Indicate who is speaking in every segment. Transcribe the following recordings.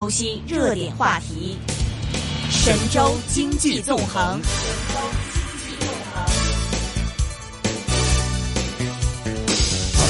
Speaker 1: 剖析热点话题，神州经济纵横。
Speaker 2: 好，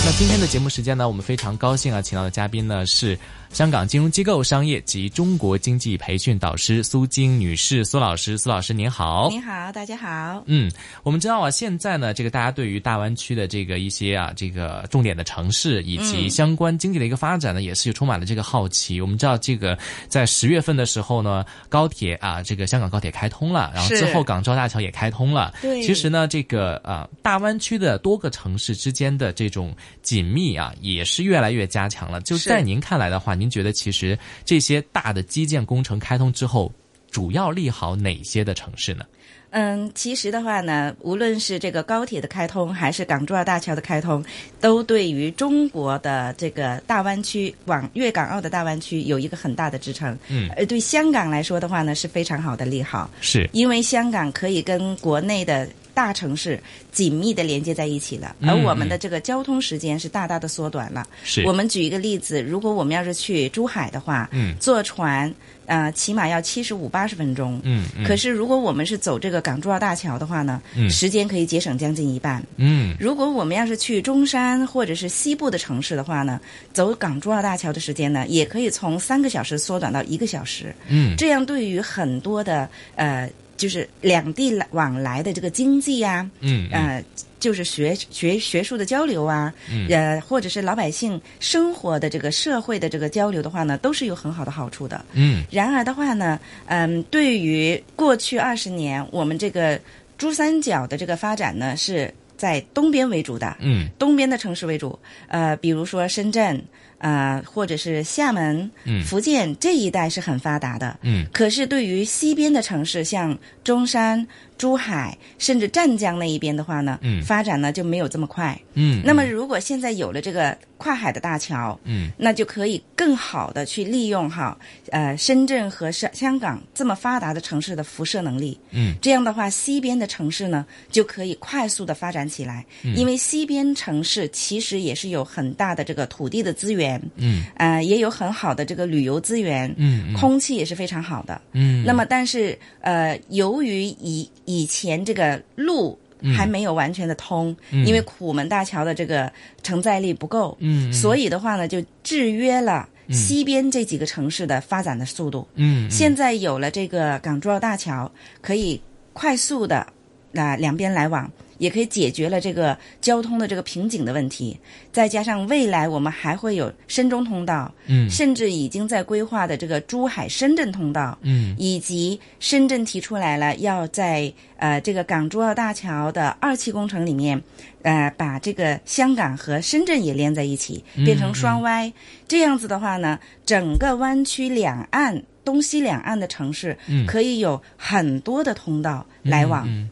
Speaker 2: 那今天的节目时间呢，我们非常高兴啊，请到的嘉宾呢是香港金融机构商业及中国经济培训导师苏晶女士，苏老师，苏老师您好。
Speaker 3: 你好，大家好。
Speaker 2: 嗯，我们知道啊，现在呢，这个大家对于大湾区的这个一些啊，这个重点的城市以
Speaker 3: 嗯
Speaker 2: 及相关经济的一个发展呢，也是充满了这个好奇。我们知道，这个在十月份的时候呢，高铁啊，这个香港高铁开通了，然后之
Speaker 3: 是
Speaker 2: 后港珠澳大桥也开通了。
Speaker 3: 对
Speaker 2: 其实呢，这个啊，大湾区的多个城市之间的这种紧密啊，也是越来越加强了。就是在您看来的话，您觉得其实这些大的基建工程开通之后，主要利好哪些的城市呢？
Speaker 3: 嗯，其实的话呢，无论是这个高铁的开通，还是港珠澳大桥的开通，都对于中国的这个大湾区往粤港澳的大湾区有一个很大的支撑。
Speaker 2: 嗯
Speaker 3: 而对香港来说的话呢，是非常好的利好，
Speaker 2: 是。
Speaker 3: 因为香港可以跟国内的。大城市紧密的连接在一起了，而
Speaker 2: 嗯
Speaker 3: 我们的这个交通时间是大大的缩短了。
Speaker 2: 是
Speaker 3: 我们举一个例子，如果我们要是去珠海的话，
Speaker 2: 嗯
Speaker 3: 坐船，呃，起码要七十五八十分钟。
Speaker 2: 嗯，嗯
Speaker 3: 可是如果我们是走这个港珠澳大桥的话呢，
Speaker 2: 嗯
Speaker 3: 时间可以节省将近一半。
Speaker 2: 嗯
Speaker 3: 如果我们要是去中山或者是西部的城市的话呢，走港珠澳大桥的时间呢，也可以从三个小时缩短到一个小时。
Speaker 2: 嗯
Speaker 3: 这样对于很多的呃，就是两地来往来的这个经济呀、
Speaker 2: 嗯嗯
Speaker 3: 呃，就是学学学术的交流啊，呃，或者是老百姓生活的这个社会的这个交流的话呢，都是有很好的好处的。
Speaker 2: 嗯
Speaker 3: 然而的话呢，嗯，对于过去二十年，我们这个珠三角的这个发展呢，是在东边为主的，
Speaker 2: 嗯
Speaker 3: 东边的城市为主，呃，比如说深圳，呃，或者是厦门、
Speaker 2: 嗯
Speaker 3: 福建这一带是很发达的。
Speaker 2: 嗯
Speaker 3: 可是对于西边的城市，像中山、珠海，甚至湛江那一边的话呢，
Speaker 2: 嗯
Speaker 3: 发展呢就没有这么快。
Speaker 2: 嗯，
Speaker 3: 那么如果现在有了这个跨海的大桥，
Speaker 2: 嗯
Speaker 3: 那就可以更好的去利用哈，呃，深圳和香香港这么发达的城市的辐射能力。
Speaker 2: 嗯
Speaker 3: 这样的话，西边的城市呢就可以快速的发展起来，
Speaker 2: 嗯
Speaker 3: 因为西边城市其实也是有很大的这个土地的资源，
Speaker 2: 嗯
Speaker 3: 呃，也有很好的这个旅游资源，
Speaker 2: 嗯嗯
Speaker 3: 空气也是非常好的。
Speaker 2: 嗯，
Speaker 3: 那么，但是呃，由于以以前这个路
Speaker 2: 嗯
Speaker 3: 还没有完全的通，因为虎门大桥的这个承载力不够，
Speaker 2: 嗯
Speaker 3: 所以的话呢，就制约了西边这几个城市的发展的速度。
Speaker 2: 嗯
Speaker 3: 现在有了这个港珠澳大桥，可以快速的啊、两边来往，也可以解决了这个交通的这个瓶颈的问题。再加上未来我们还会有深中通道，
Speaker 2: 嗯
Speaker 3: 甚至已经在规划的这个珠海深圳通道，
Speaker 2: 嗯
Speaker 3: 以及深圳提出来了要在呃这个港珠澳大桥的二期工程里面，呃把这个香港和深圳也连在一起，
Speaker 2: 嗯
Speaker 3: 变成双歪。这样子的话呢，整个湾区两岸。东西两岸的城市
Speaker 2: 嗯
Speaker 3: 可以有很多的通道来往，
Speaker 2: 嗯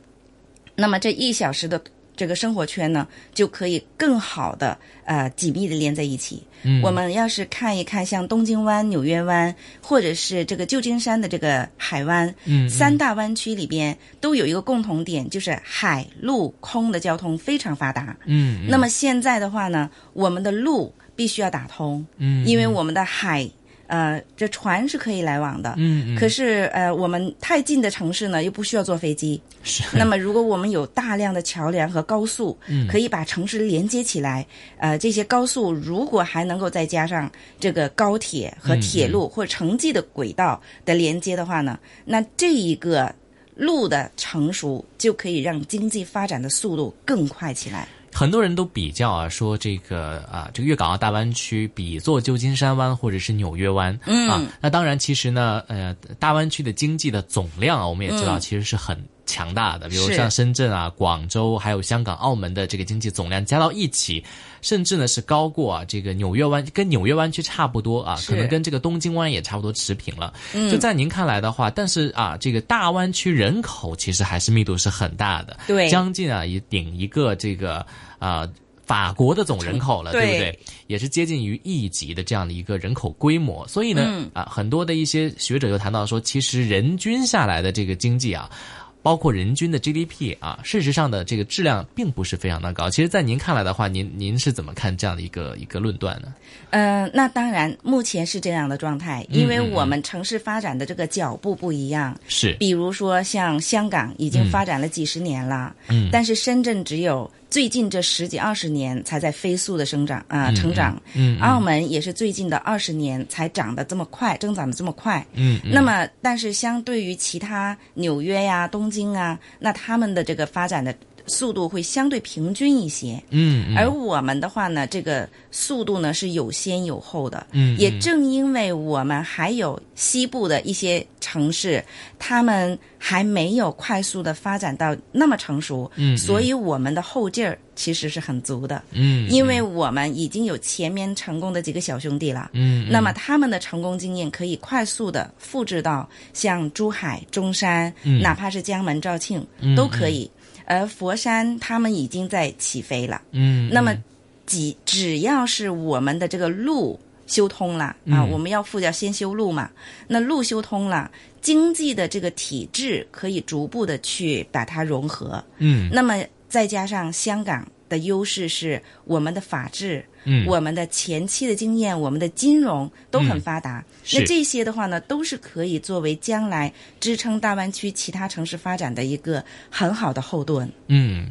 Speaker 3: 那么这一小时的这个生活圈呢，就可以更好的呃紧密的连在一起。
Speaker 2: 嗯
Speaker 3: 我们要是看一看像东京湾、纽约湾，或者是这个旧金山的这个海湾，
Speaker 2: 嗯
Speaker 3: 三大湾区里边都有一个共同点，就是海陆空的交通非常发达。
Speaker 2: 嗯
Speaker 3: 那么现在的话呢，我们的路必须要打通，
Speaker 2: 嗯
Speaker 3: 因为我们的海呃这船是可以来往的，
Speaker 2: 嗯
Speaker 3: 可是呃我们太近的城市呢又不需要坐飞机，
Speaker 2: 是
Speaker 3: 那么，如果我们有大量的桥梁和高速，
Speaker 2: 嗯
Speaker 3: 可以把城市连接起来。呃，这些高速如果还能够再加上这个高铁和
Speaker 2: 嗯
Speaker 3: 铁路或城际的轨道的连接的话呢，那这一个路的成熟就可以让经济发展的速度更快起来。
Speaker 2: 很多人都比较啊，说这个啊，这个粤港澳大湾区比作旧金山湾或者是纽约湾，
Speaker 3: 嗯
Speaker 2: 啊，那当然，其实呢，呃，大湾区的经济的总量啊，我们也知道
Speaker 3: 嗯
Speaker 2: 其实是很强大的，比如
Speaker 3: 是
Speaker 2: 像深圳啊、广州还有香港、澳门的这个经济总量加到一起，甚至呢是高过啊这个纽约湾，跟纽约湾区差不多啊，
Speaker 3: 是
Speaker 2: 可能跟这个东京湾也差不多持平了。
Speaker 3: 嗯
Speaker 2: 就在您看来的话，但是啊，这个大湾区人口其实还是密度是很大的，
Speaker 3: 对
Speaker 2: 将近啊也顶一个这个啊、呃法国的总人口了，
Speaker 3: 对
Speaker 2: 对不对？也是接近于亿级的这样的一个人口规模，所以
Speaker 3: 嗯
Speaker 2: 呢，啊，很多的一些学者就谈到说，其实人均下来的这个经济啊。包括人均的 GDP 啊，事实上的这个质量并不是非常的高。其实，在您看来的话，您您是怎么看这样的一个一个论断呢？
Speaker 3: 呃，那当然，目前是这样的状态，因为
Speaker 2: 嗯嗯嗯
Speaker 3: 我们城市发展的这个脚步不一样。
Speaker 2: 是，
Speaker 3: 比如说，像香港已经发展了几十年了，
Speaker 2: 嗯
Speaker 3: 但是深圳只有最近这十几二十年才在飞速的生长啊、成长。
Speaker 2: 嗯
Speaker 3: 澳门也是最近的二十年才长得这么快，增长的这么快。
Speaker 2: 嗯，嗯
Speaker 3: 那么，但是相对于其他纽约呀、东京啊，那他们的这个发展的速度会相对平均一些。
Speaker 2: 嗯嗯
Speaker 3: 而我们的话呢，这个速度呢是有先有后的。
Speaker 2: 嗯
Speaker 3: 也正因为我们还有西部的一些城市，他们还没有快速的发展到那么成熟，
Speaker 2: 嗯
Speaker 3: 所以我们的后劲儿其实是很足的，
Speaker 2: 嗯，
Speaker 3: 因为我们已经有前面成功的几个小兄弟了。
Speaker 2: 嗯，嗯
Speaker 3: 那么他们的成功经验可以快速的复制到像珠海、中山，
Speaker 2: 嗯
Speaker 3: 哪怕是江门、肇庆、都可以。而佛山他们已经在起飞了。
Speaker 2: 嗯，嗯
Speaker 3: 那么只只要是我们的这个路修通了、
Speaker 2: 嗯
Speaker 3: 啊，我们要富要先修路嘛。那路修通了，经济的这个体制可以逐步的去把它融合。
Speaker 2: 嗯
Speaker 3: 那么再加上香港的优势是我们的法治，
Speaker 2: 嗯
Speaker 3: 我们的前期的经验，我们的金融都很发达。
Speaker 2: 嗯是
Speaker 3: 那这些的话呢，都是可以作为将来支撑大湾区其他城市发展的一个很好的后盾。
Speaker 2: 嗯，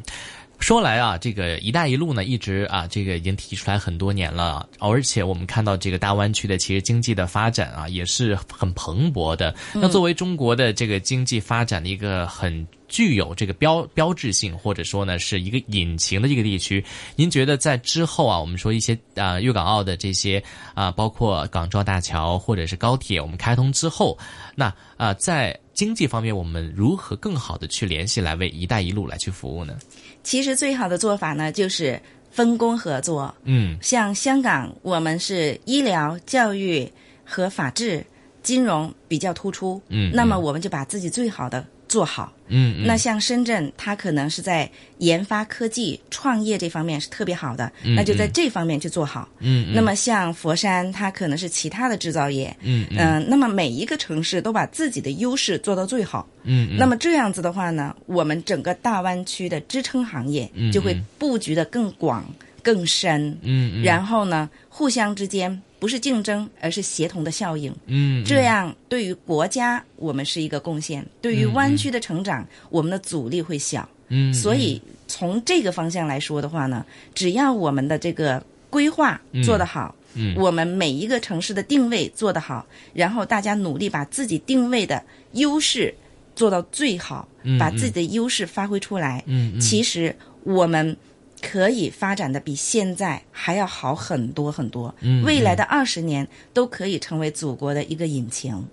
Speaker 2: 说来啊，这个“一带一路”呢，一直啊，这个已经提出来很多年了，而且我们看到这个大湾区的其实经济的发展啊，也是很蓬勃的。那作为中国的这个经济发展的一个很。具有这个标标志性，或者说呢是一个引擎的这个地区，您觉得在之后啊，我们说一些啊、呃粤港澳的这些啊、包括港珠澳大桥或者是高铁，我们开通之后，那啊、呃在经济方面，我们如何更好的去联系来为“一带一路”来去服务呢？
Speaker 3: 其实最好的做法呢，就是分工合作。
Speaker 2: 嗯
Speaker 3: 像香港，我们是医疗、教育和法治、金融比较突出，
Speaker 2: 嗯
Speaker 3: 那么我们就把自己最好的做好。
Speaker 2: 嗯嗯
Speaker 3: 那像深圳，它可能是在研发科技、创业这方面是特别好的，那就在这方面去做好。
Speaker 2: 嗯
Speaker 3: 那么像佛山，它可能是其他的制造业，
Speaker 2: 嗯
Speaker 3: 嗯、那么每一个城市都把自己的优势做到最好。
Speaker 2: 嗯嗯
Speaker 3: 那么这样子的话呢，我们整个大湾区的支撑行业就会布局的更广、更深，
Speaker 2: 嗯
Speaker 3: 然后呢，互相之间不是竞争，而是协同的效应。
Speaker 2: 嗯
Speaker 3: 这样对于国家我们是一个贡献，对于湾区的成长，我们的阻力会小。
Speaker 2: 嗯，
Speaker 3: 所以从这个方向来说的话呢，只要我们的这个规划做得好。
Speaker 2: 嗯
Speaker 3: 我们每一个城市的定位做得好，然后大家努力把自己定位的优势做到最好，
Speaker 2: 嗯
Speaker 3: 把自己的优势发挥出来。
Speaker 2: 嗯嗯
Speaker 3: 其实我们可以发展的比现在还要好很多很多。
Speaker 2: 嗯嗯
Speaker 3: 未来的二十年都可以成为祖国的一个引擎。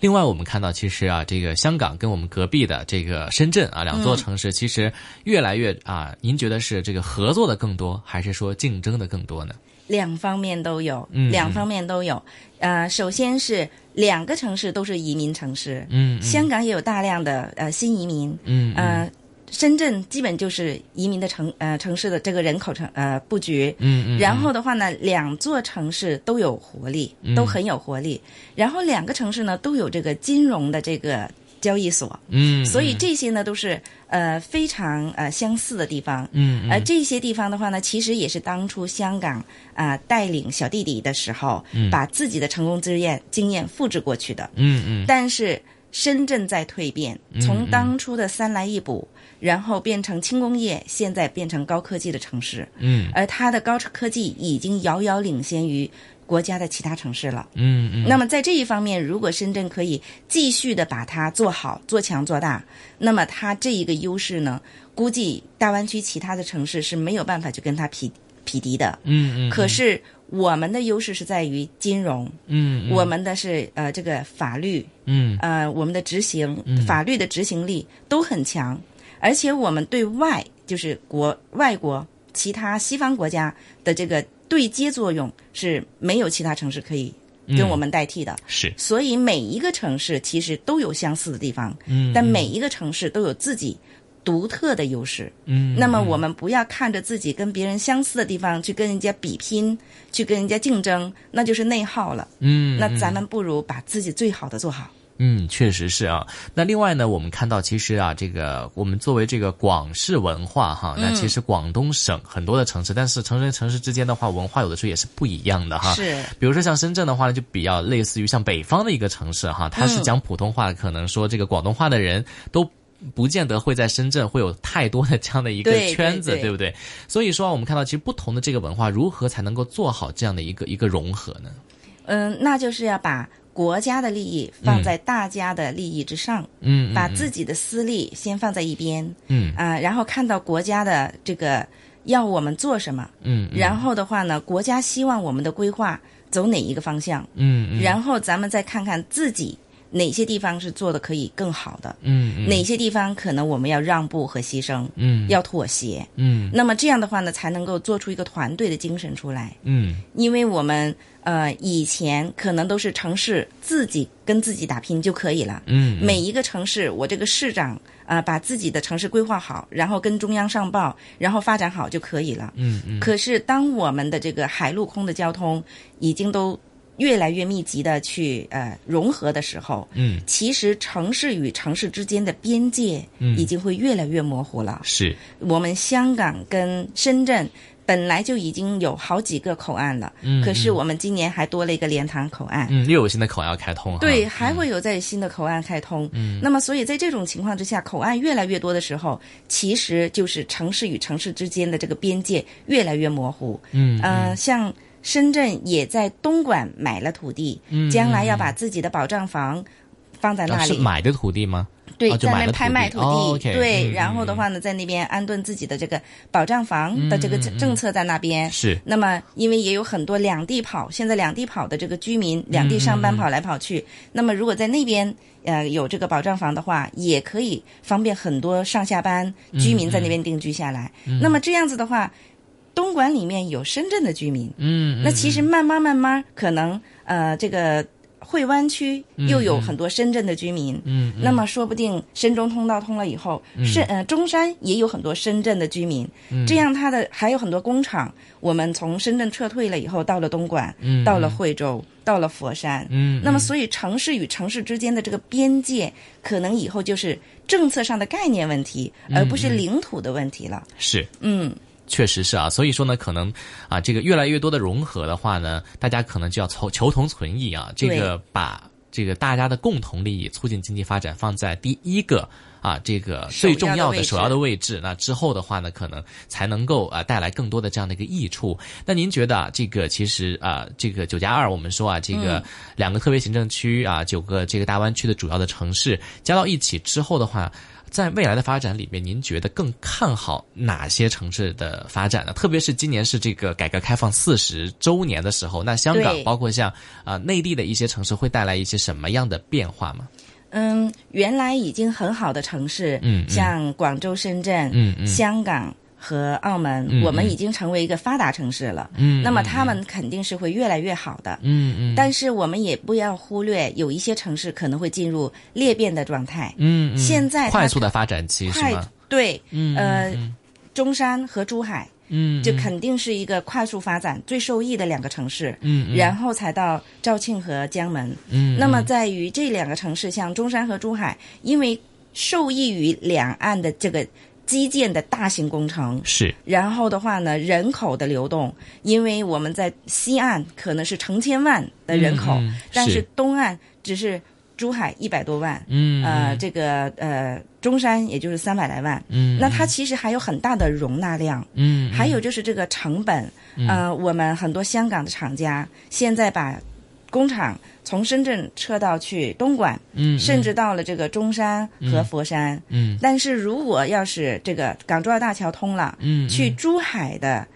Speaker 2: 另外，我们看到其实啊，这个香港跟我们隔壁的这个深圳啊，
Speaker 3: 嗯
Speaker 2: 两座城市其实越来越啊，您觉得是这个合作的更多，还是说竞争的更多呢？
Speaker 3: 两方面都有，
Speaker 2: 嗯
Speaker 3: 两方面都有。呃，首先是两个城市都是移民城市，
Speaker 2: 嗯
Speaker 3: 香港也有大量的呃新移民，
Speaker 2: 嗯
Speaker 3: 呃，深圳基本就是移民的城呃城市的这个人口城呃布局。
Speaker 2: 嗯嗯
Speaker 3: 然后的话呢，两座城市都有活力，
Speaker 2: 嗯
Speaker 3: 都很有活力。然后两个城市呢都有这个金融的这个交易所，
Speaker 2: 嗯，
Speaker 3: 所以这些呢都是呃非常呃相似的地方。
Speaker 2: 嗯
Speaker 3: 而这些地方的话呢，其实也是当初香港啊、呃带领小弟弟的时候，把自己的成功经验经验复制过去的。
Speaker 2: 嗯嗯
Speaker 3: 但是深圳在蜕变，从当初的三来一补，然后变成轻工业，现在变成高科技的城市，
Speaker 2: 嗯
Speaker 3: 而它的高科技已经遥遥领先于国家的其他城市了。
Speaker 2: 嗯嗯，
Speaker 3: 那么在这一方面，如果深圳可以继续的把它做好、做强、做大，那么它这一个优势呢，估计大湾区其他的城市是没有办法去跟它匹匹敌的。
Speaker 2: 嗯嗯，
Speaker 3: 可是我们的优势是在于金融，
Speaker 2: 嗯
Speaker 3: 我们的是呃这个法律，
Speaker 2: 嗯
Speaker 3: 呃我们的执行、法律的执行力都很强，而且我们对外就是国外国其他西方国家的这个对接作用是没有其他城市可以跟我们代替的。
Speaker 2: 嗯是
Speaker 3: 所以每一个城市其实都有相似的地方，
Speaker 2: 嗯
Speaker 3: 但每一个城市都有自己独特的优势。
Speaker 2: 嗯
Speaker 3: 那么我们不要看着自己跟别人相似的地方去跟人家比拼，去跟人家竞争，那就是内耗了。
Speaker 2: 嗯，
Speaker 3: 那咱们不如把自己最好的做好。
Speaker 2: 嗯，确实是啊。那另外呢，我们看到其实啊，这个我们作为这个广式文化哈，
Speaker 3: 嗯
Speaker 2: 那其实广东省很多的城市，但是城市跟城市之间的话，文化有的时候也是不一样的哈。
Speaker 3: 是
Speaker 2: 比如说像深圳的话呢，就比较类似于像北方的一个城市
Speaker 3: 嗯
Speaker 2: 哈，它是讲普通话，可能说这个广东话的人都。不见得会在深圳会有太多的这样的一个
Speaker 3: 对
Speaker 2: 圈子，
Speaker 3: 对对
Speaker 2: 不对？所以说啊，我们看到其实不同的这个文化如何才能够做好这样的一个一个融合呢？
Speaker 3: 嗯，那就是要把国家的利益放在大家的利益之上，
Speaker 2: 嗯嗯，嗯
Speaker 3: 把自己的私利先放在一边
Speaker 2: 嗯
Speaker 3: 啊、然后看到国家的这个要我们做什么，
Speaker 2: 嗯嗯
Speaker 3: 然后的话呢，国家希望我们的规划走哪一个方向，
Speaker 2: 嗯嗯
Speaker 3: 然后咱们再看看自己哪些地方是做的可以更好的，
Speaker 2: 嗯嗯
Speaker 3: 哪些地方可能我们要让步和牺牲，
Speaker 2: 嗯
Speaker 3: 要妥协。
Speaker 2: 嗯
Speaker 3: 那么这样的话呢，才能够做出一个团队的精神出来。
Speaker 2: 嗯
Speaker 3: 因为我们呃以前可能都是城市自己跟自己打拼就可以了。
Speaker 2: 嗯
Speaker 3: 每一个城市，我这个市长啊、呃把自己的城市规划好，然后跟中央上报，然后发展好就可以了。
Speaker 2: 嗯嗯
Speaker 3: 可是，当我们的这个海陆空的交通已经都越来越密集的去呃融合的时候，
Speaker 2: 嗯
Speaker 3: 其实城市与城市之间的边界
Speaker 2: 嗯
Speaker 3: 已经会越来越模糊了。
Speaker 2: 是
Speaker 3: 我们香港跟深圳本来就已经有好几个口岸了，
Speaker 2: 嗯
Speaker 3: 可是我们今年还多了一个莲塘口岸。
Speaker 2: 嗯又有新的口岸要开通哈
Speaker 3: 对，还会有在新的口岸开通。嗯，那么所以在这种情况之下，口岸越来越多的时候，其实就是城市与城市之间的这个边界越来越模糊。
Speaker 2: 嗯
Speaker 3: 呃，像深圳也在东莞买了土地，
Speaker 2: 嗯
Speaker 3: 将来要把自己的保障房放在那
Speaker 2: 啊是
Speaker 3: 里，
Speaker 2: 买的土地吗？
Speaker 3: 对，
Speaker 2: 哦就
Speaker 3: 在
Speaker 2: 买
Speaker 3: 那
Speaker 2: 了
Speaker 3: 边拍
Speaker 2: 土
Speaker 3: 卖土
Speaker 2: 地
Speaker 3: 地，
Speaker 2: 哦，OK，
Speaker 3: 对，
Speaker 2: 嗯
Speaker 3: 然后的话呢，在那边安顿自己的这个保障房的这
Speaker 2: 嗯
Speaker 3: 个政政策在那边。
Speaker 2: 是
Speaker 3: 那么，因为也有很多两地跑，现在两地跑的这个居民，两
Speaker 2: 嗯
Speaker 3: 地上班跑来跑去。那么，如果在那边呃有这个保障房的话，也可以方便很多上下班
Speaker 2: 嗯
Speaker 3: 居民在那边定居下来。那么这样子的话，东莞里面有深圳的居民，
Speaker 2: 嗯
Speaker 3: 那其实慢慢慢慢，可能呃，这个惠湾区又有很多深圳的居民，
Speaker 2: 嗯，
Speaker 3: 那么说不定深中通道通了以后，深呃中山也有很多深圳的居民，
Speaker 2: 嗯
Speaker 3: 这样它的还有很多工厂，我们从深圳撤退了以后，到了东莞，
Speaker 2: 嗯
Speaker 3: 到了惠州，到了佛山，
Speaker 2: 嗯
Speaker 3: 那么所以城市与城市之间的这个边界，可能以后就是政策上的概念问题，而不是
Speaker 2: 嗯
Speaker 3: 领土的问题了，
Speaker 2: 是
Speaker 3: 嗯。
Speaker 2: 确实是啊，所以说呢，可能啊，这个越来越多的融合的话呢，大家可能就要求求同存异啊，这个把这个大家的共同利益、促进经济发展放在第一个啊，这个最重要的首
Speaker 3: 首
Speaker 2: 要
Speaker 3: 要
Speaker 2: 的
Speaker 3: 的
Speaker 2: 位置。那之后的话呢，可能才能够啊带来更多的这样的一个益处。那您觉得啊，这个其实啊，这个九加二，我们说啊，这个两个特别行政区啊，九个这个大湾区的主要的城市加到一起之后的话，在未来的发展里面，您觉得更看好哪些城市的发展呢？特别是今年是这个改革开放四十周年的时候，那香港
Speaker 3: 对
Speaker 2: 包括像啊、内地的一些城市会带来一些什么样的变化吗？
Speaker 3: 嗯，原来已经很好的城市，
Speaker 2: 嗯嗯
Speaker 3: 像广州、深圳、
Speaker 2: 嗯嗯
Speaker 3: 香港和澳门，
Speaker 2: 嗯
Speaker 3: 我们已经成为一个发达城市了。
Speaker 2: 嗯
Speaker 3: 那么他们肯定是会越来越好的。
Speaker 2: 嗯嗯
Speaker 3: 但是我们也不要忽略，有一些城市可能会进入裂变的状态。
Speaker 2: 嗯，嗯
Speaker 3: 现在它
Speaker 2: 快速的发展期是
Speaker 3: 快
Speaker 2: 吗？
Speaker 3: 对，
Speaker 2: 嗯
Speaker 3: 呃
Speaker 2: 嗯
Speaker 3: 中山和珠海
Speaker 2: 嗯，
Speaker 3: 就肯定是一个快速发展、最受益的两个城市。
Speaker 2: 嗯嗯
Speaker 3: 然后才到肇庆和江门。
Speaker 2: 嗯，
Speaker 3: 那么在于这两个城市，像中山和珠海，因为受益于两岸的这个基建的大型工程，
Speaker 2: 是
Speaker 3: 然后的话呢，人口的流动，因为我们在西岸可能是成千万的人口，
Speaker 2: 嗯嗯
Speaker 3: 但
Speaker 2: 是
Speaker 3: 是东岸只是珠海一百多万，
Speaker 2: 嗯
Speaker 3: 呃，这个呃中山也就是三百来万，
Speaker 2: 嗯，
Speaker 3: 那它其实还有很大的容纳量。
Speaker 2: 嗯嗯
Speaker 3: 还有就是这个成本，呃，我们很多香港的厂家现在把工厂从深圳撤到去东莞，
Speaker 2: 嗯
Speaker 3: 甚至到了这个中山和佛山。
Speaker 2: 嗯
Speaker 3: 但是如果要是这个港珠澳大桥通了，
Speaker 2: 嗯
Speaker 3: 去珠海的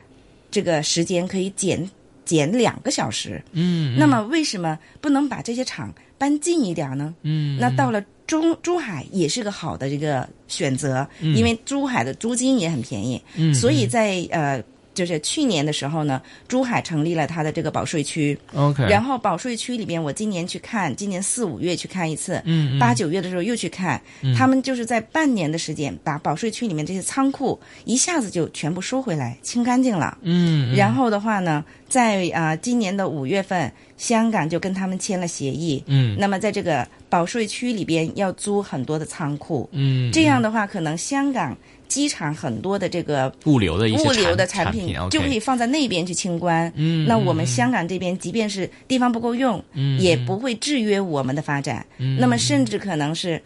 Speaker 3: 这个时间可以减减两个小时。
Speaker 2: 嗯
Speaker 3: 那么为什么不能把这些厂搬近一点呢？
Speaker 2: 嗯
Speaker 3: 那到了中珠海也是个好的这个选择，因为珠海的租金也很便宜，
Speaker 2: 嗯
Speaker 3: 所以在呃。就是去年的时候呢，珠海成立了它的这个保税区，
Speaker 2: OK，
Speaker 3: 然
Speaker 2: 后
Speaker 3: 后保税区里边，我今年去看，今年四五月去看一次，
Speaker 2: 嗯
Speaker 3: 八九月的时候又去看，他们就是在半年的时间把保税区里面这些仓库一下子就全部收回来，清干净了。
Speaker 2: 嗯
Speaker 3: 然后的话呢，在啊、呃今年的五月份，香港就跟他们签了协议。
Speaker 2: 嗯
Speaker 3: 那么在这个保税区里边要租很多的仓库，
Speaker 2: 嗯，
Speaker 3: 这样的话，可能香港机场很多的这个
Speaker 2: 物流的一些
Speaker 3: 物流的
Speaker 2: 产
Speaker 3: 产品
Speaker 2: ，OK
Speaker 3: 就可以放在那边去清关。
Speaker 2: 嗯，
Speaker 3: 那我们香港这边，即便是地方不够用，
Speaker 2: 嗯
Speaker 3: 也不会制约我们的发展。
Speaker 2: 嗯
Speaker 3: 那么甚至可能是，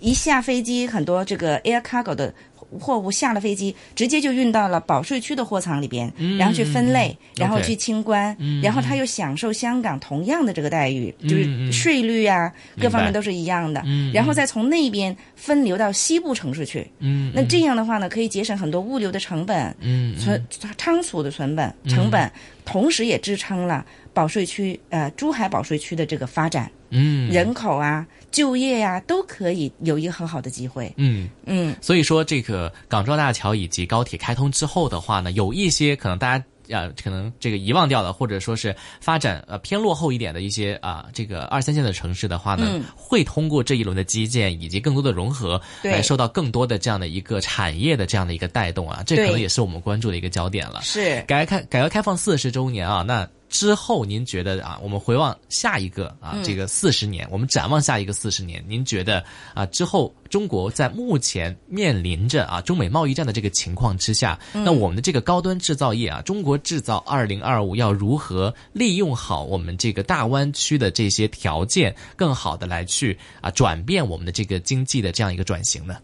Speaker 3: 一下飞机，很多这个 air cargo 的货物下了飞机，直接就运到了保税区的货场里边，然后去分类，然后
Speaker 2: 嗯 OK
Speaker 3: 去清关，然后他又享受香港同样的这个待遇，就
Speaker 2: 嗯
Speaker 3: 是
Speaker 2: 嗯
Speaker 3: 税率啊，各方
Speaker 2: 明白
Speaker 3: 面都是一样的。
Speaker 2: 嗯
Speaker 3: 然后再从那边分流到西部城市去，
Speaker 2: 嗯
Speaker 3: 那这样的话呢，可以节省很多物流的成本，
Speaker 2: 嗯
Speaker 3: 存仓储的成本成本，同时也支撑了保税区呃珠海保税区的这个发展，
Speaker 2: 嗯
Speaker 3: 人口啊、就业呀、都可以有一个很好的机会。
Speaker 2: 嗯，
Speaker 3: 嗯，
Speaker 2: 所以说这个港珠澳大桥以及高铁开通之后的话呢，有一些可能大家。呃，可能这个遗忘掉了，或者说是发展呃偏落后一点的一些啊、这个二三线的城市的话呢，
Speaker 3: 嗯
Speaker 2: 会通过这一轮的基建以及更多的融合，
Speaker 3: 对
Speaker 2: 来受到更多的这样的一个产业的这样的一个带动啊，这可能
Speaker 3: 对
Speaker 2: 也是我们关注的一个焦点了。
Speaker 3: 是
Speaker 2: 改革开改革开放四十周年啊，那之后您觉得啊，我们回望下一个啊，这个四十年，我们展望下一个四十年，您觉得啊，之后中国在目前面临着啊中美贸易战的这个情况之下，那我们的这个高端制造业啊，中国制造二零二五要如何利用好我们这个大湾区的这些条件，更好的来去啊转变我们的这个经济的这样一个转型呢？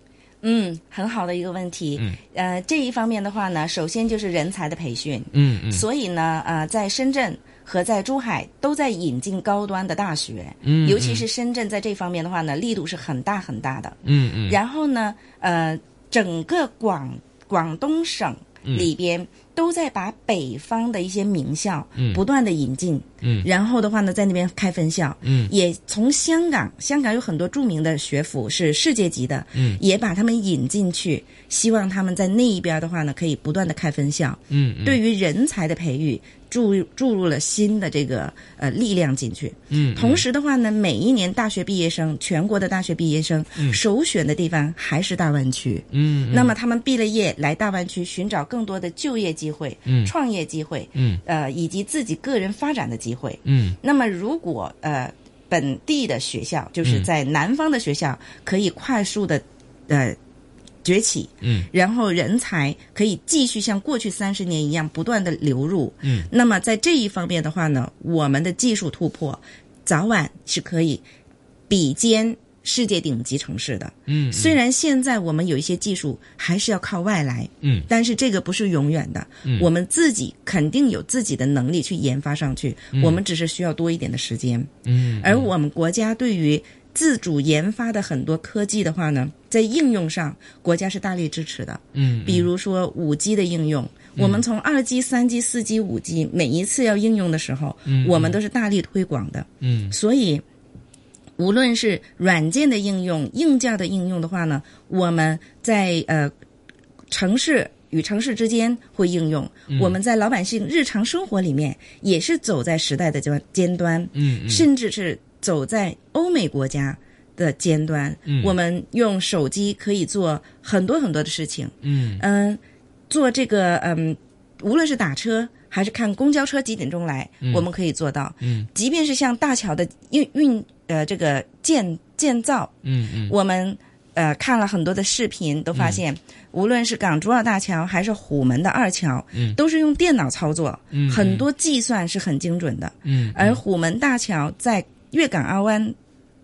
Speaker 3: 嗯，很好的一个问题。
Speaker 2: 嗯，
Speaker 3: 呃，这一方面的话呢，首先就是人才的培训。
Speaker 2: 嗯嗯
Speaker 3: 所以呢，呃，在深圳和在珠海都在引进高端的大学，
Speaker 2: 嗯
Speaker 3: 尤其是深圳在这方面的话呢，力度是很大很大的。
Speaker 2: 嗯嗯
Speaker 3: 然后呢，呃，整个广广东省
Speaker 2: 嗯
Speaker 3: 里边都在把北方的一些名校
Speaker 2: 嗯
Speaker 3: 不断的引进，
Speaker 2: 嗯
Speaker 3: 然后的话呢，在那边开分校。
Speaker 2: 嗯
Speaker 3: 也从香港，香港有很多著名的学府是世界级的，
Speaker 2: 嗯
Speaker 3: 也把他们引进去，希望他们在那一边的话呢，可以不断的开分校，
Speaker 2: 嗯嗯，
Speaker 3: 对于人才的培育注入注入了新的这个呃力量进去。
Speaker 2: 嗯，
Speaker 3: 同时的话呢，每一年大学毕业生，全国的大学毕业生、首选的地方还是大湾区。
Speaker 2: 嗯嗯
Speaker 3: 那么他们毕了业来大湾区寻找更多的就业机会、
Speaker 2: 嗯
Speaker 3: 创业机会，
Speaker 2: 嗯
Speaker 3: 呃，以及自己个人发展的机会。
Speaker 2: 嗯
Speaker 3: 那么如果呃本地的学校，就是
Speaker 2: 嗯
Speaker 3: 在南方的学校，可以快速的呃崛起，
Speaker 2: 嗯
Speaker 3: 然后人才可以继续像过去三十年一样不断的流入。
Speaker 2: 嗯，
Speaker 3: 那么在这一方面的话呢，我们的技术突破早晚是可以比肩世界顶级城市的。
Speaker 2: 嗯，
Speaker 3: 虽然现在我们有一些技术还是要靠外来，
Speaker 2: 嗯
Speaker 3: 但是这个不是永远的，
Speaker 2: 嗯
Speaker 3: 我们自己肯定有自己的能力去研发上去，我们只是需要多一点的时间。
Speaker 2: 嗯
Speaker 3: 而我们国家对于自主研发的很多科技的话呢，在应用上，国家是大力支持的。
Speaker 2: 嗯
Speaker 3: 比如说五 G 的应用，我们从二 G、三 G、四 G、五 G 每一次要应用的时候，我们都是大力推广的。
Speaker 2: 嗯
Speaker 3: 所以，无论是软件的应用、硬件的应用的话呢，我们在呃城市与城市之间会应用，
Speaker 2: 嗯
Speaker 3: 我们在老百姓日常生活里面也是走在时代的尖尖端，
Speaker 2: 嗯
Speaker 3: 甚至是走在欧美国家。的尖端，
Speaker 2: 嗯
Speaker 3: 我们用手机可以做很多很多的事情，
Speaker 2: 嗯
Speaker 3: 嗯，做这个嗯，无论是打车还是看公交车几点钟来，我们可以做到。
Speaker 2: 嗯，
Speaker 3: 即便是像大桥的运运呃这个建建造，
Speaker 2: 嗯嗯
Speaker 3: 我们呃看了很多的视频，都发现、无论是港珠澳大桥还是虎门的二桥，
Speaker 2: 嗯
Speaker 3: 都是用电脑操作，
Speaker 2: 嗯
Speaker 3: 很多计算是很精准的。
Speaker 2: 嗯
Speaker 3: 而虎门大桥在粤港澳湾。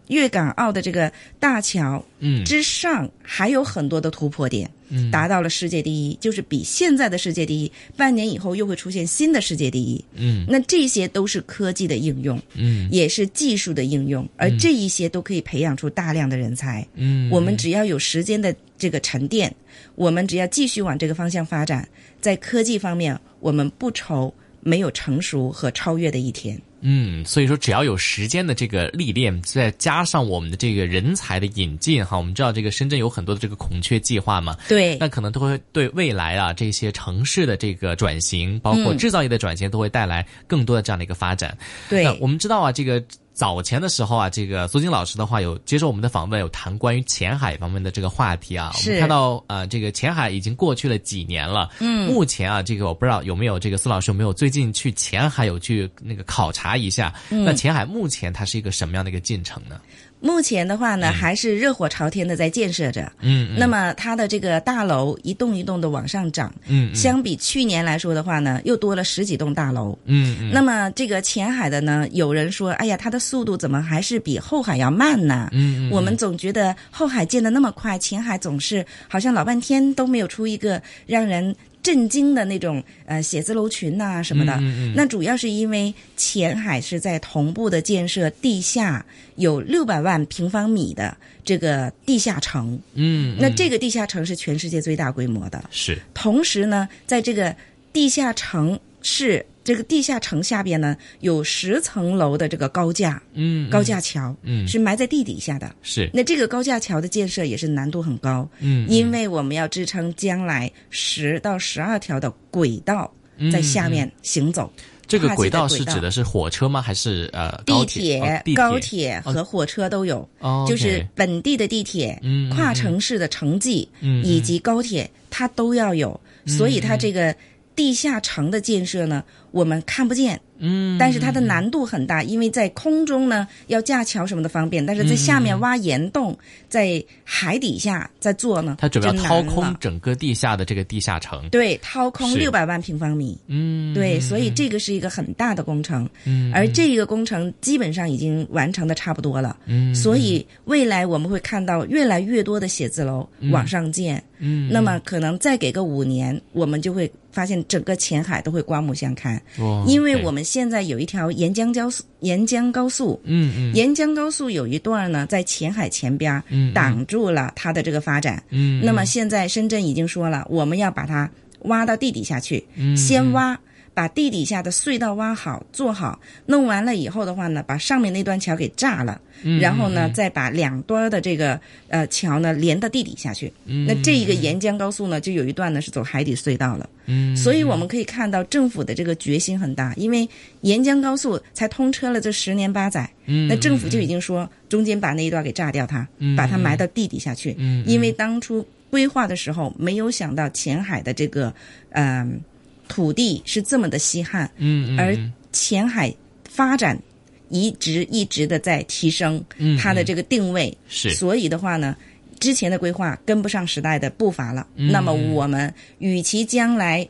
Speaker 3: 粤港澳的这个大桥
Speaker 2: 嗯
Speaker 3: 之上还有很多的突破点，
Speaker 2: 嗯
Speaker 3: 达到了世界第一，就是比现在的世界第一。半年以后又会出现新的世界第一，
Speaker 2: 嗯
Speaker 3: 那这些都是科技的应用，
Speaker 2: 嗯
Speaker 3: 也是技术的应用，而这一些都可以培养出大量的人才。
Speaker 2: 嗯，
Speaker 3: 我们只要有时间的这个沉淀，我们只要继续往这个方向发展，在科技方面，我们不愁没有成熟和超越的一天。
Speaker 2: 嗯，所以说只要有时间的这个历练，再加上我们的这个人才的引进哈，我们知道这个深圳有很多的这个孔雀计划嘛，
Speaker 3: 对
Speaker 2: 那可能都会对未来啊这些城市的这个转型，包括
Speaker 3: 嗯
Speaker 2: 制造业的转型，都会带来更多的这样的一个发展。
Speaker 3: 对
Speaker 2: 那，我们知道啊，这个。早前的时候啊，这个苏金老师的话有接受我们的访问，有谈关于前海方面的这个话题啊。我
Speaker 3: 是
Speaker 2: 们看到呃，这个前海已经过去了几年了。嗯，目前啊，这个我不知道有没有这个苏老师有没有最近去前海有去那个考察一下？
Speaker 3: 嗯
Speaker 2: 那前海目前它是一个什么样的一个进程呢？
Speaker 3: 目前的话呢，还是热火朝天的在建设着。
Speaker 2: 嗯，
Speaker 3: 那么它的这个大楼一栋一栋的往上涨，
Speaker 2: 嗯嗯
Speaker 3: 相比去年来说的话呢，又多了十几栋大楼。
Speaker 2: 嗯嗯
Speaker 3: 那么这个前海的呢，有人说，哎呀，它的速度怎么还是比后海要慢呢？
Speaker 2: 嗯嗯
Speaker 3: 我们总觉得后海建的那么快，前海总是好像老半天都没有出一个让人震惊的那种呃写字楼群呐、什么的。
Speaker 2: 嗯嗯
Speaker 3: 那主要是因为前海是在同步的建设地下有六百万平方米的这个地下城，
Speaker 2: 嗯，
Speaker 3: 那这个地下城是全世界最大规模的。
Speaker 2: 是
Speaker 3: 同时呢，在这个地下城市这个地下城下边呢，有十层楼的这个高架
Speaker 2: 嗯
Speaker 3: 高架桥，
Speaker 2: 嗯
Speaker 3: 是埋在地底下的。
Speaker 2: 是
Speaker 3: 那这个高架桥的建设也是难度很高，
Speaker 2: 嗯
Speaker 3: 因为我们要支撑将来十到十二条的轨道
Speaker 2: 嗯
Speaker 3: 在下面行走，
Speaker 2: 这个
Speaker 3: 跨界
Speaker 2: 轨
Speaker 3: 的
Speaker 2: 道
Speaker 3: 轨
Speaker 2: 是指
Speaker 3: 道
Speaker 2: 的是火车吗？还是呃高
Speaker 3: 地
Speaker 2: 铁哦地
Speaker 3: 高
Speaker 2: 铁
Speaker 3: 铁和火车都有，
Speaker 2: 哦
Speaker 3: 就
Speaker 2: OK
Speaker 3: 是本地的地铁、
Speaker 2: 嗯嗯
Speaker 3: 跨城市的城际、
Speaker 2: 嗯嗯嗯
Speaker 3: 以及高铁，它都要有。所以它这个地下城的建设呢，我们看不见，
Speaker 2: 嗯，
Speaker 3: 但是它的难度很大，因为在空中呢要架桥什么的方便，但是在下
Speaker 2: 嗯
Speaker 3: 面挖岩洞，在海底下再做呢，
Speaker 2: 他准备要
Speaker 3: 就
Speaker 2: 掏
Speaker 3: 难
Speaker 2: 空
Speaker 3: 了。
Speaker 2: 整个地下的这个地下城。
Speaker 3: 对，掏空
Speaker 2: 是
Speaker 3: 六百万平方米，
Speaker 2: 嗯，
Speaker 3: 对，所以这个是一个很大的工程，
Speaker 2: 嗯
Speaker 3: 而这个工程基本上已经完成的差不多了，
Speaker 2: 嗯
Speaker 3: 所以未来我们会看到越来越多的写字楼往上建，
Speaker 2: 嗯
Speaker 3: 那么可能再给个五年，我们就会发现整个前海都会刮目相看，
Speaker 2: 哇
Speaker 3: 因为
Speaker 2: 哦对
Speaker 3: 我们现在有一条沿江高速，沿江高速，
Speaker 2: 嗯嗯
Speaker 3: 沿江高速有一段呢在前海前边儿
Speaker 2: 嗯嗯
Speaker 3: 挡住了它的这个发展，
Speaker 2: 嗯，
Speaker 3: 那么现在深圳已经说了，我们要把它挖到地底下去，
Speaker 2: 嗯
Speaker 3: 先挖。把地底下的隧道挖好、做好，弄完了以后的话呢，把上面那段桥给炸了，
Speaker 2: 嗯
Speaker 3: 然后呢，再把两端的这个呃桥呢连到地底下去。
Speaker 2: 嗯
Speaker 3: 那这一个沿江高速呢，就有一段呢是走海底隧道了。
Speaker 2: 嗯
Speaker 3: 所以我们可以看到政府的这个决心很大，因为沿江高速才通车了这十年八载，
Speaker 2: 嗯
Speaker 3: 那政府就已经说中间把那一段给炸掉它，把它埋到地底下去，
Speaker 2: 嗯
Speaker 3: 因为当初规划的时候没有想到前海的这个嗯、土地是这么的稀罕，
Speaker 2: 嗯嗯
Speaker 3: 而
Speaker 2: 嗯
Speaker 3: 前海发展一直一直的在提升
Speaker 2: 嗯
Speaker 3: 它的
Speaker 2: 嗯
Speaker 3: 这个定位，
Speaker 2: 是
Speaker 3: 所以的话呢，之前的规划跟不上时代的步伐了。
Speaker 2: 嗯
Speaker 3: 那么我们与其将来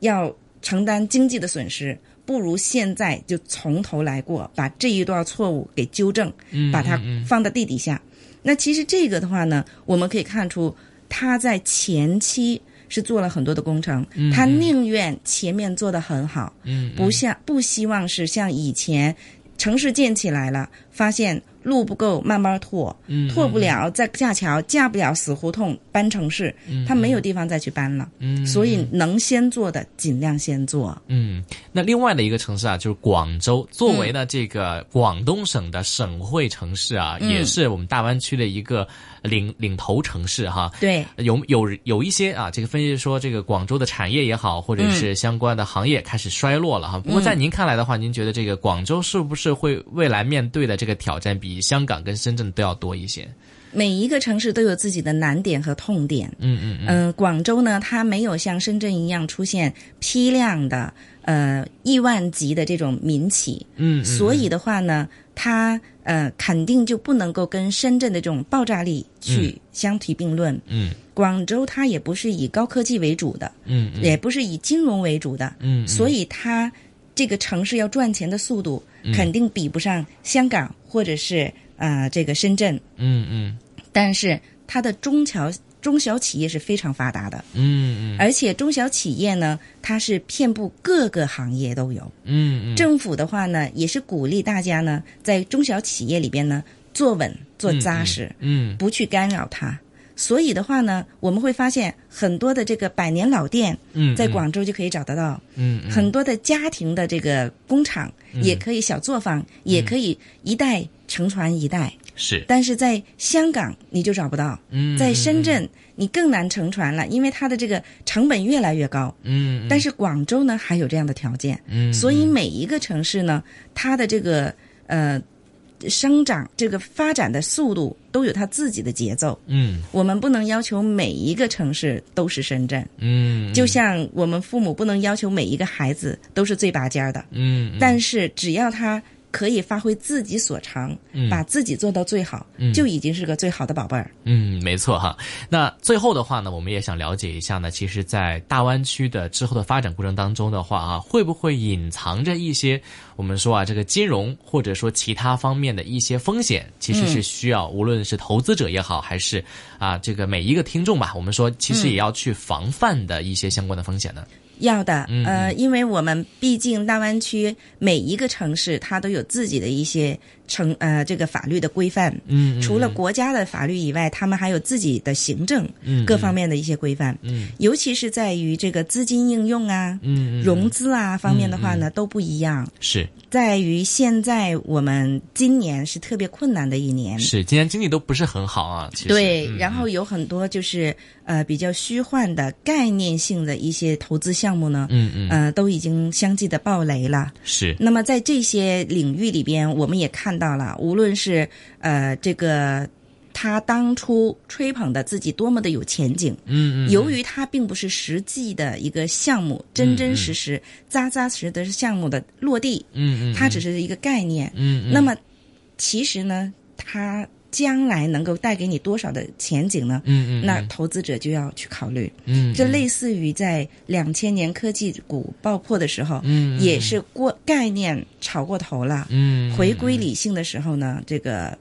Speaker 3: 要承担经济的损失，不如现在就从头来过，把这一段错误给纠正，
Speaker 2: 嗯
Speaker 3: 把它放到地底下。那其实这个的话呢，我们可以看出他在前期。是做了很多的工程，他宁愿前面做得很好，
Speaker 2: 嗯
Speaker 3: 不像不希望是像以前城市建起来了，发现路不够，慢慢拓，
Speaker 2: 嗯
Speaker 3: 拓不了再架桥，架不了死胡同搬城市，他没有地方再去搬了，
Speaker 2: 嗯
Speaker 3: 所以能先做的尽量先做。
Speaker 2: 嗯，那另外的一个城市啊，就是广州，作为
Speaker 3: 嗯
Speaker 2: 呢这个广东省的省会城市啊，
Speaker 3: 嗯
Speaker 2: 也是我们大湾区的一个领领头城市哈。
Speaker 3: 对，
Speaker 2: 有有有一些啊，这个分析说，这个广州的产业也好，或者
Speaker 3: 嗯
Speaker 2: 是相关的行业开始衰落了哈。不过在您看来的话，您觉得这个广州是不是会未来面对的这个挑战比香港跟深圳都要多一些？
Speaker 3: 每一个城市都有自己的难点和痛点。
Speaker 2: 嗯嗯
Speaker 3: 嗯、广州呢，它没有像深圳一样出现批量的呃亿万级的这种民企，
Speaker 2: 嗯，
Speaker 3: 所以的话呢，它呃肯定就不能够跟深圳的这种爆炸力去相提并论。
Speaker 2: 嗯
Speaker 3: 广州它也不是以高科技为主的，
Speaker 2: 嗯嗯
Speaker 3: 也不是以金融为主的，
Speaker 2: 嗯，
Speaker 3: 所
Speaker 2: 以
Speaker 3: 以它这个城市要赚钱的速度
Speaker 2: 嗯
Speaker 3: 肯定比不上香港或者是啊、呃这个深圳，
Speaker 2: 嗯嗯
Speaker 3: 但是它的中小中小企业是非常发达的，
Speaker 2: 嗯嗯
Speaker 3: 而且中小企业呢，它是遍布各个行业都有。
Speaker 2: 嗯嗯，
Speaker 3: 政府的话呢，也是鼓励大家呢，在中小企业里边呢，坐稳、做扎实，
Speaker 2: 嗯
Speaker 3: 不去干扰它。所以的话呢，我们会发现很多的这个百年老店
Speaker 2: 嗯，
Speaker 3: 在广州就可以找得到，
Speaker 2: 嗯嗯
Speaker 3: 很多的家庭的这个工厂也可以小作
Speaker 2: 嗯
Speaker 3: 坊，也可以一代承传一代。
Speaker 2: 是
Speaker 3: 但是在香港你就找不到，
Speaker 2: 嗯
Speaker 3: 在深圳你更难承传了，因为它的这个成本越来越高。
Speaker 2: 嗯
Speaker 3: 但是广州呢，还有这样的条件，
Speaker 2: 嗯
Speaker 3: 所以每一个城市呢，它的这个呃生长这个发展的速度都有它自己的节奏。
Speaker 2: 嗯
Speaker 3: 我们不能要求每一个城市都是深圳，
Speaker 2: 嗯，
Speaker 3: 就像我们父母不能要求每一个孩子都是最拔尖儿的。
Speaker 2: 嗯，嗯
Speaker 3: 但是只要他可以发挥自己所长，
Speaker 2: 嗯
Speaker 3: 把自己做到最好，
Speaker 2: 嗯
Speaker 3: 就已经是个最好的宝贝儿。
Speaker 2: 嗯，没错哈。那最后的话呢，我们也想了解一下呢，其实，在大湾区的之后的发展过程当中的话啊，会不会隐藏着一些我们说啊，这个金融或者说其他方面的一些风险，其实是需要、无论是投资者也好，还是啊这个每一个听众吧，我们说其实也要去防范的一些相关的风险呢。
Speaker 3: 要的，
Speaker 2: 嗯
Speaker 3: 呃，因为我们毕竟大湾区每一个城市，它都有自己的一些城呃这个法律的规范。
Speaker 2: 嗯，嗯
Speaker 3: 除了国家的法律以外，他们还有自己的行政
Speaker 2: 嗯
Speaker 3: 各方面的一些规范，
Speaker 2: 嗯
Speaker 3: 尤其是在于这个资金应用啊、
Speaker 2: 嗯嗯嗯
Speaker 3: 融资啊方面的话呢，都不一样。
Speaker 2: 是
Speaker 3: 在于现在我们今年是特别困难的一年，
Speaker 2: 是，今年经济都不是很好啊。其实
Speaker 3: 对，
Speaker 2: 嗯
Speaker 3: 然后有很多就是呃比较虚幻的概念性的一些投资项目呢，
Speaker 2: 嗯嗯
Speaker 3: 呃都已经相继的爆雷了。
Speaker 2: 是
Speaker 3: 那么在这些领域里边，我们也看到了，无论是呃这个他当初吹捧的自己多么的有前景，
Speaker 2: 嗯嗯
Speaker 3: 由于它并不是实际的一个项目，真真实实、扎扎实实的项目的落地，
Speaker 2: 嗯嗯
Speaker 3: 它只是一个概念。
Speaker 2: 嗯嗯
Speaker 3: 那么其实呢，它将来能够带给你多少的前景呢？
Speaker 2: 嗯嗯
Speaker 3: 那投资者就要去考虑，
Speaker 2: 嗯
Speaker 3: 这类似于在两千年科技股爆破的时候，
Speaker 2: 嗯
Speaker 3: 也是过概念炒过头了，
Speaker 2: 嗯
Speaker 3: 回归理性的时候呢，这个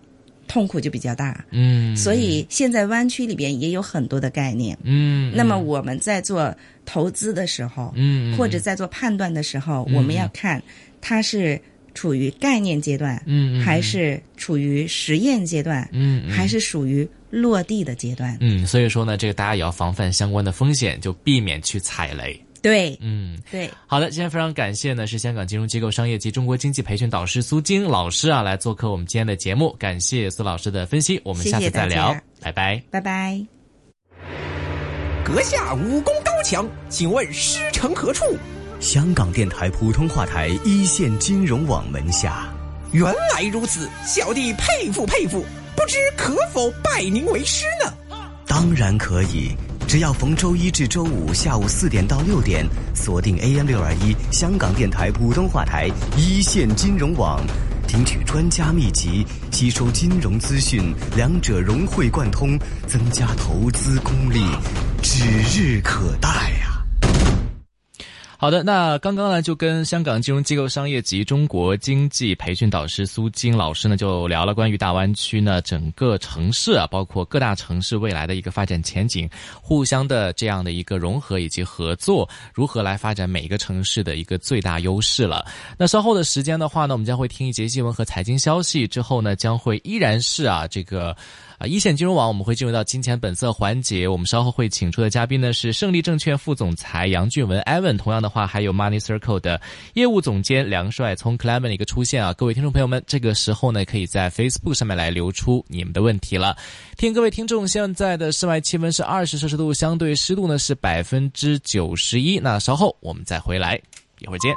Speaker 3: 痛苦就比较大。
Speaker 2: 嗯，
Speaker 3: 所以现在湾区里边也有很多的概念，
Speaker 2: 嗯，
Speaker 3: 那么我们在做投资的时候，
Speaker 2: 嗯
Speaker 3: 或者在做判断的时候，
Speaker 2: 嗯
Speaker 3: 我们要看它是处于概念阶段，
Speaker 2: 嗯
Speaker 3: 还是处于实验阶段，
Speaker 2: 嗯
Speaker 3: 还是属于落地的阶段。
Speaker 2: 嗯，所以说呢，这个大家也要防范相关的风险，就避免去踩雷。
Speaker 3: 对
Speaker 2: 嗯，
Speaker 3: 对，
Speaker 2: 好的，今天非常感谢呢，是香港金融机构商业及中国经济培训导师苏晶老师啊，来做客我们今天的节目，感谢苏老师的分析，我们下次再聊，
Speaker 3: 谢谢大家
Speaker 2: 拜拜。
Speaker 3: 拜拜。
Speaker 4: 阁下武功高强，请问师承何处？
Speaker 5: 香港电台普通话台一线金融网门下，
Speaker 4: 原来如此，小弟佩服佩服，不知可否拜您为师呢？
Speaker 5: 当然可以。只要逢周一至周五下午四点到六点，锁定 AM 六二一香港电台普通话台一线金融网，听取专家秘籍，吸收金融资讯，两者融会贯通，增加投资功力，指日可待啊！
Speaker 2: 好的，那刚刚呢，就跟香港金融机构商业及中国经济培训导师苏金老师呢，就聊了关于大湾区呢整个城市啊，包括各大城市未来的一个发展前景，互相的这样的一个融合以及合作，如何来发展每一个城市的一个最大优势了。那稍后的时间的话呢，我们将会听一节新闻和财经消息，之后呢，将会依然是啊这个。啊，一线金融网我们会进入到金钱本色环节，我们稍后会请出的嘉宾呢是胜利证券副总裁杨俊文 Evan，同样的话还有 Money Circle 的业务总监梁帅聪 Clement 的一个出现啊，各位听众朋友们，这个时候呢可以在 Facebook 上面来留出你们的问题了。听各位听众，现在的室外气温是二十摄氏度，相对湿度呢是百分之九十一，那稍后我们再回来，一会儿见。